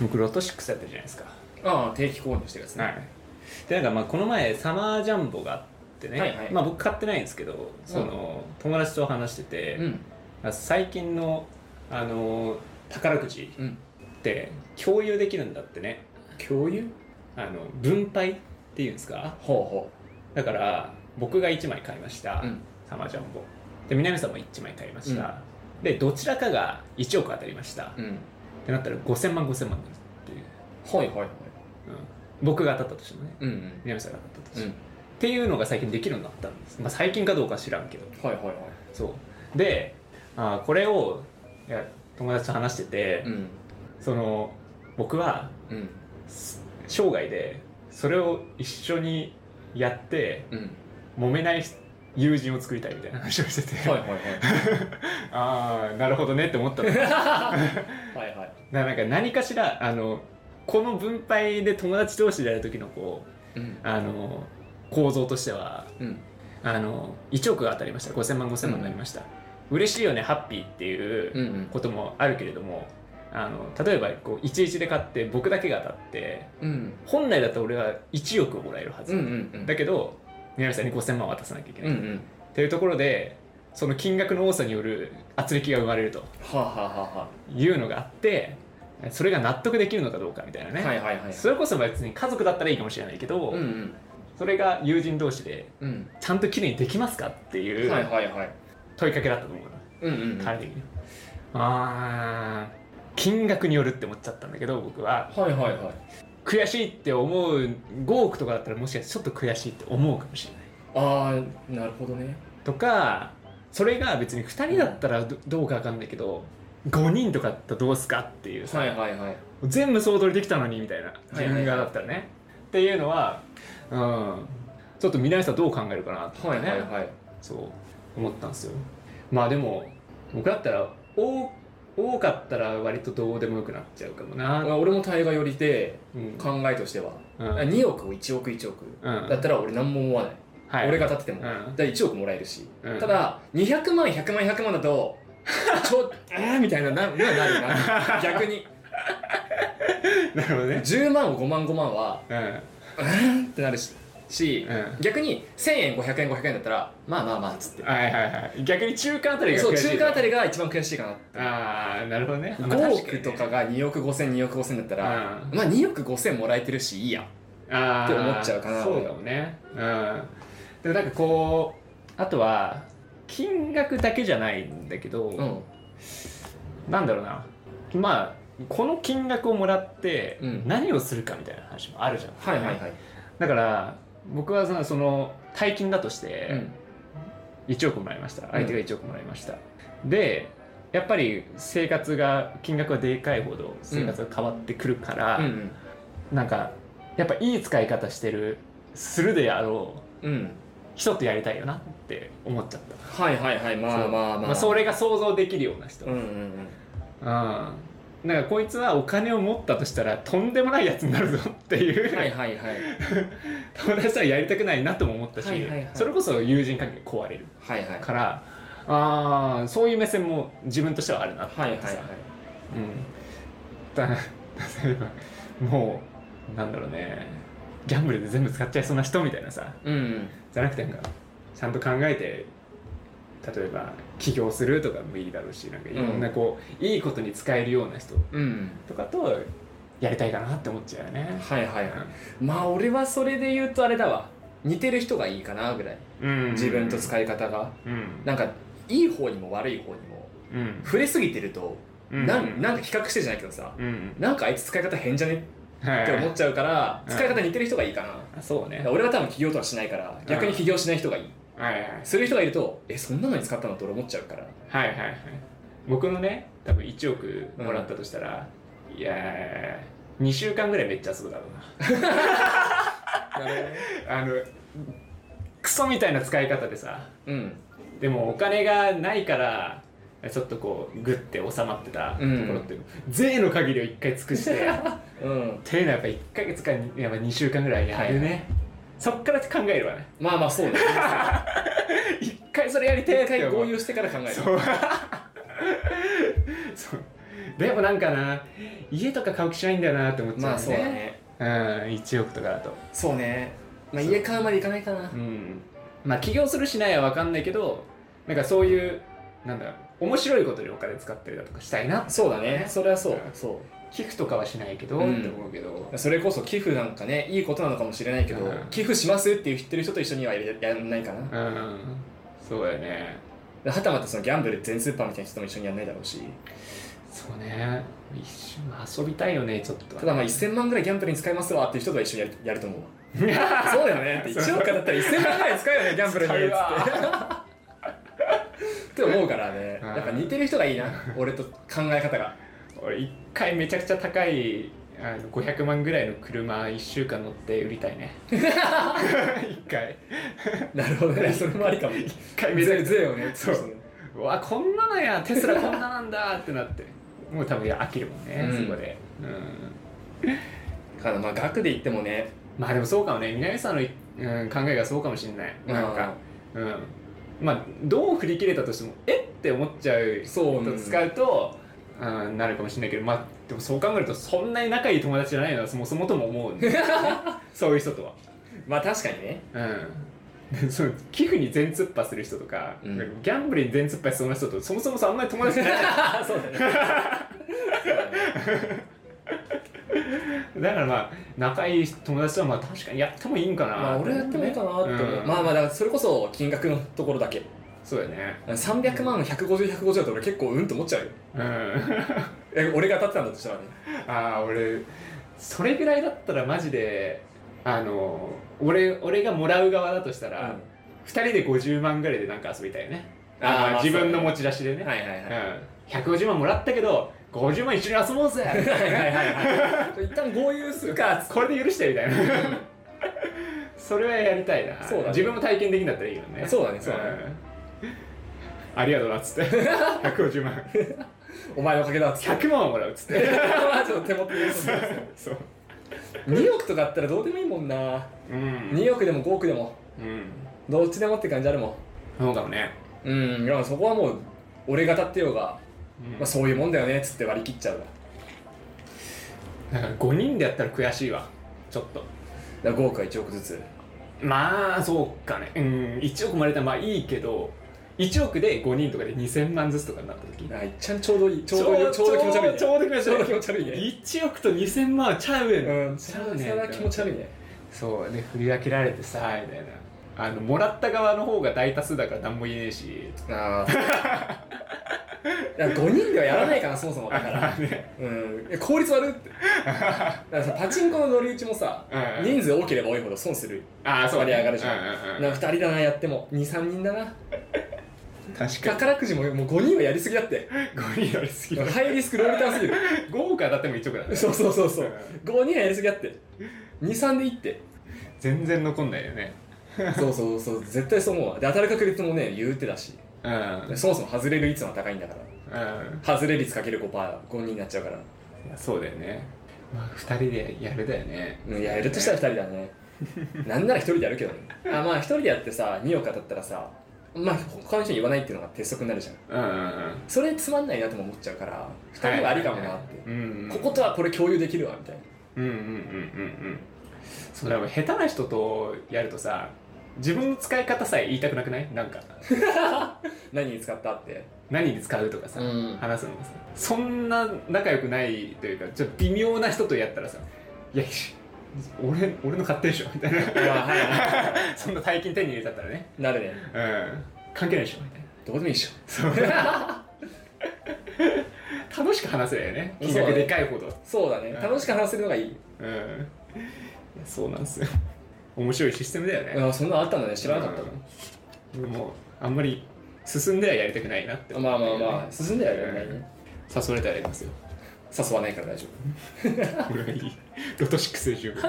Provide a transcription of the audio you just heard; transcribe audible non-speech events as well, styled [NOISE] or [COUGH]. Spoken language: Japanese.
もうこれロト6だったじゃないですかああ定期購入してるやつね、はいでなんかまあこの前サマージャンボがあってね、はいはいまあ僕買ってないんですけどその、友達と話してて、うんあ最近のあのー宝くじうんって共有できるんだってね共有あの分配っていうんですかほうほだから僕が1枚買いました、うんサマージャンボで南さんも1枚買いました、でどちらかが1億当たりました、うんってなったら5000万5000万になるっていう、はいはいはういん、僕が当たったとしてもねうんうん南さんが当たったとしてうも、んっていうのが最近できるようになったんです、まあ、最近かどうか知らんけどはいはいはそうであーこれをいや友達と話してて、いうんその僕はうんす生涯でそれを一緒にやってうん揉めない友人を作りたいみたいな話をしてて、はいはいはい [LAUGHS] ああなるほどねって思 [LAUGHS] ったのだかはいはいらなんか何かしらあのこの分配で友達同士でやる時のこううんあの構造としてはうんあの1億が当たりました5000万5000万になりました、嬉しいよねハッピーっていううんこともあるけれどもあの例えばこう11で買って僕だけが当たってうんうん本来だと俺は1億もらえるはず、うんうんだけど南さんに5000万渡さなきゃいけうんなうい、っんていうところでその金額の多さによる圧力が生まれるとはあはあはいうのがあってそれが納得できるのかどうかみたいなあはね、いはいはいはいそれこそ別に家族だったらいいかもしれないけど、うんうんそれが友人同士でうんちゃんときれいにできますかっていうはいはいはい問いかけだったと思うの、うんうんうんは彼い的にあー金額によるって思っちゃったんだけど僕ははいはい悔しいって思う5億とかだったらもしかしてちょっと悔しいって思うかもしれないああなるほどねとかそれが別に2人だったらどどうかわかんないけど5人とかだったらどうすかっていうさ、はいはいはい全部総取りできたのにみたいな自いはい分がだったらね、っていうのは、うん、ちょっと南さんどう考えるかなとはかいね、はいはいそう思ったんですよまあでも僕だったら多多かったら割とどうでもよくなっちゃうかもな、あ俺も大河寄りでうん考えとしてはうんあ2億1億1億うんだったら俺何も思わないはい、俺が立ってても、うんだ1億もらえるし、うんただ200万100万100万だとちょ [LAUGHS] えーみたいななにはなるな [LAUGHS] 逆になるほどね10万5万5万はうんうーんってなるしし、うん逆に1000円500円500円だったらまあまあまあっつってはいはいはい逆に中間あたりがそう悔しい中間あたりりが一番悔しいかなああなるほどねまあ5確億にとかが2億5000、2億5000だったら、うんまあ2億5000もらえてるし、いいや。あーって思っちゃうかなそうかもねうんでもなんかこうあとは金額だけじゃないんだけど、うん。なんだろうなまあこの金額をもらってうん何をするかみたいな話もあるじゃん、はいはいはい。だから僕はそのその大金だとしうてん。 1億もらいました相手が1億もらいました、でやっぱり生活が金額がでかいほど生活が変わってくるから、うんなんかやっぱいい使い方してるするであろううん。うん。人とやりたいよなって思っちゃったはいはいはい。まあまあまあ。それが想像できるような人、うんうんうん。うん、なんかこいつはお金を持ったとしたらとんでもないやつになるぞっていう、はいはいはい。友達とはやりたくないなとも思ったし、はいはいはいそれこそ友人関係壊れるはいはい。からあーそういう目線も自分としてはあるなってはい思はっいてさはうい。んだ例えばもうなんだろうねギャンブルで全部使っちゃいそうな人みたいなさうんうん。じゃなくてなんかちゃんと考えて例えば起業するとかもいいだろうしなんかいろんなこう、いいことに使えるような人うん。とかとやりたいかなって思っちゃうよね。はいはいはい。まあ俺はそれで言うとあれだわ。似てる人がいいかなぐらい。うん、自分とい、使い方が。うんなんか、いい方にも悪い方にも。うん触れすぎてると、うん、なんなんか比較してじゃないけどさ、うん、なんかあいつ使い方変じゃねはいって思っちゃうから、うん使い方似てる人がいいかな。あそうねだから俺は多分起業とはしないから、逆に起業しない人がいい。はいはいする人がいると、え、そんなのに使ったのって俺思っちゃうから。はいはいはい僕のね多分1億もらったとしたら、いやー2週間ぐらいめっちゃ遊ぶだろうなるほどね。なあのクソみたいな使い方でさうん。でもお金がないからちょっとこうグッて収まってたところって、税の限りを1回尽くしてっうん。ていうのはやっぱ1ヶ月かやっぱ2週間ぐらいやるね、はそっから考えるわねまあまあ [LAUGHS] そうね。一回それやりてー一って回思う合流してから考える。そうそうでもなんかな家とか買う気しないんだよなって思っちゃうまあよそうだねうん1億とかだとそうねまあそう家買うまでいかないかなうんまあ起業するしないは分かんないけどなんかそういうなんだろう面白いことにお金使ったりだとかしたいなそうだねそれはそうそ寄付とかはしないけど、うんって思うけどうそれこそ寄付なんかねいいことなのかもしれないけど、うん寄付しますって言ってる人と一緒にはやれやんないかなうんそうだよねではたまたそのギャンブル全スーパーみたいな人とも一緒にやらないだろうしそうね一瞬遊びたいよねちょっとただまあ1000万ぐらいギャンブルに使いますわっていう人とは一緒にやるやると思うわ [LAUGHS] そうだよねって1億だったら1000万ぐらい使うよねギャンブルに使うわ [LAUGHS] つってって思うからねうんやっぱ似てる人がいいな俺と考え方 [LAUGHS] が俺一回めちゃくちゃ高いあの500万ぐらいの車1週間乗って売りたいね一回なるほどねそれもありかも一回めちゃゼくちゼよねそうゃうわこんなのやテスラこんななんだってなってもう多分飽きるもんね、うんそこでうんからまあ額で言ってもねまあでもそうかもね南さんの、うん、考えがそうかもしれないなんかうんまあどう振り切れたとしてもえって思っちゃうそうと使うと、うん、なるかもしれないけどまあでもそう考えるとそんなに仲いい友達じゃないのはそもそもとも思うんだよねそういう人とはまあ確かにねうん、その寄付に全突破する人とか、うんギャンブルに全突破しそうな人とそもそもさあんまり友達いない [LAUGHS] [LAUGHS] そうだねそうだねだからまあ仲いい友達とはまあ確かにやってもいいんかな、まあ俺やってもいいかなって思う、うんまあまあだからそれこそ金額のところだけそうだよね300万150150だと俺結構うんと思っちゃうようん [LAUGHS] え俺が当たってたんだとしたらねああ俺それぐらいだったらマジであの俺俺がもらう側だとしたら、二2人で50万ぐらいでなんか遊びたいよねあーあまのあ自分のそうだね持ち出しでね、はいはいはいうん、150万もらったけど50万一緒に遊ぼうぜはいはいはい [LAUGHS] はい一旦合流するかっつっこれで許してみたいなてそれはやりたいなそうだね自分も体験できんだったらいいよねそうだねそうだねうんありがとうなっつって [LAUGHS] 150万お前のおかげだっつって100万はもらうっつってまあちょっと手元に入れ [LAUGHS] そうですねそう2億とかあったらどうでもいいもんなうん2億でも5億でもうんどっちでもって感じあるもそうかもね、んうんいやそこはもう俺が当たってようが、うんまあ、そういうもんだよねっつって割り切っちゃうわだから5人でやったら悔しいわちょっとだから5億は1億ずつまあそうかねうん1億もらえたらまあいいけど1億で5人とかで2000万ずつとかになった時あいっちゃんちょうどいいちょうどいいちょうど気持ち悪いねちょうど気持ちちょう悪どい気持ち悪いね1億と2000万はちゃうやんうんちそゃうねれは気持ち悪いねそうで振り分けられてさみたいなあのもらった側の方が大多数だから何も言えねえしあ [LAUGHS] あ5人ではやらないかなそもそもだ [LAUGHS] から、ねうん、いや効率悪ってだからさパチンコの乗り打ちもさうん人数多ければ多いほど損するああそう割り上がるじゃんうな2人だなやっても23人だな確か宝くじももう5人はやりすぎだってに5人より好きだハイリスクローリターンすぎる [LAUGHS] 豪華だっても1億だねそうそうそうそうう5人はやりすぎだって23でいいって全然残んないよねそうそうそう絶対そう思うわで当たる確率もね言うてだしうんうんそもそも外れる率も高いんだから外れ率かける 5%5 人になっちゃうからいやそうだよねまあ2人でやるだよねうん、やるとしたら2人だね [LAUGHS] なんなら1人でやるけどねあまあ1人でやってさ2億当たったらさまあ他の人に言わないっていうのが鉄則になるじゃうんんうんうんそれつまんないなとも思っちゃうから2人はありかもなって、うんうんこことはこれ共有できるわみたいなうんうんうんうんうんそうだから下手な人とやるとさ自分の使い方さえ言いたくなくないなんか何に使ったって何に使うとかさ、うん話すのもさそんな仲良くないというかちょっと微妙な人とやったらさ「いやし俺俺の勝手でしょ」みたいな [LAUGHS] あはいはそんな大金手に入れちゃったらねい [LAUGHS] なるねうん関係ないでしょみたいなどうでもいいでしょそう楽しく話せるよね金額でかいほど [LAUGHS] そうだね楽しく話せるのがいい、うんいやそうなんですよ面白いシステムだよね、あそんなのあったんだね知らなかったの、うんもうあんまり進んではやりたくないなってまあまあったけどまあね進んではやらないね誘われたらやりますよ誘わないから大丈夫俺はいいロト6で十分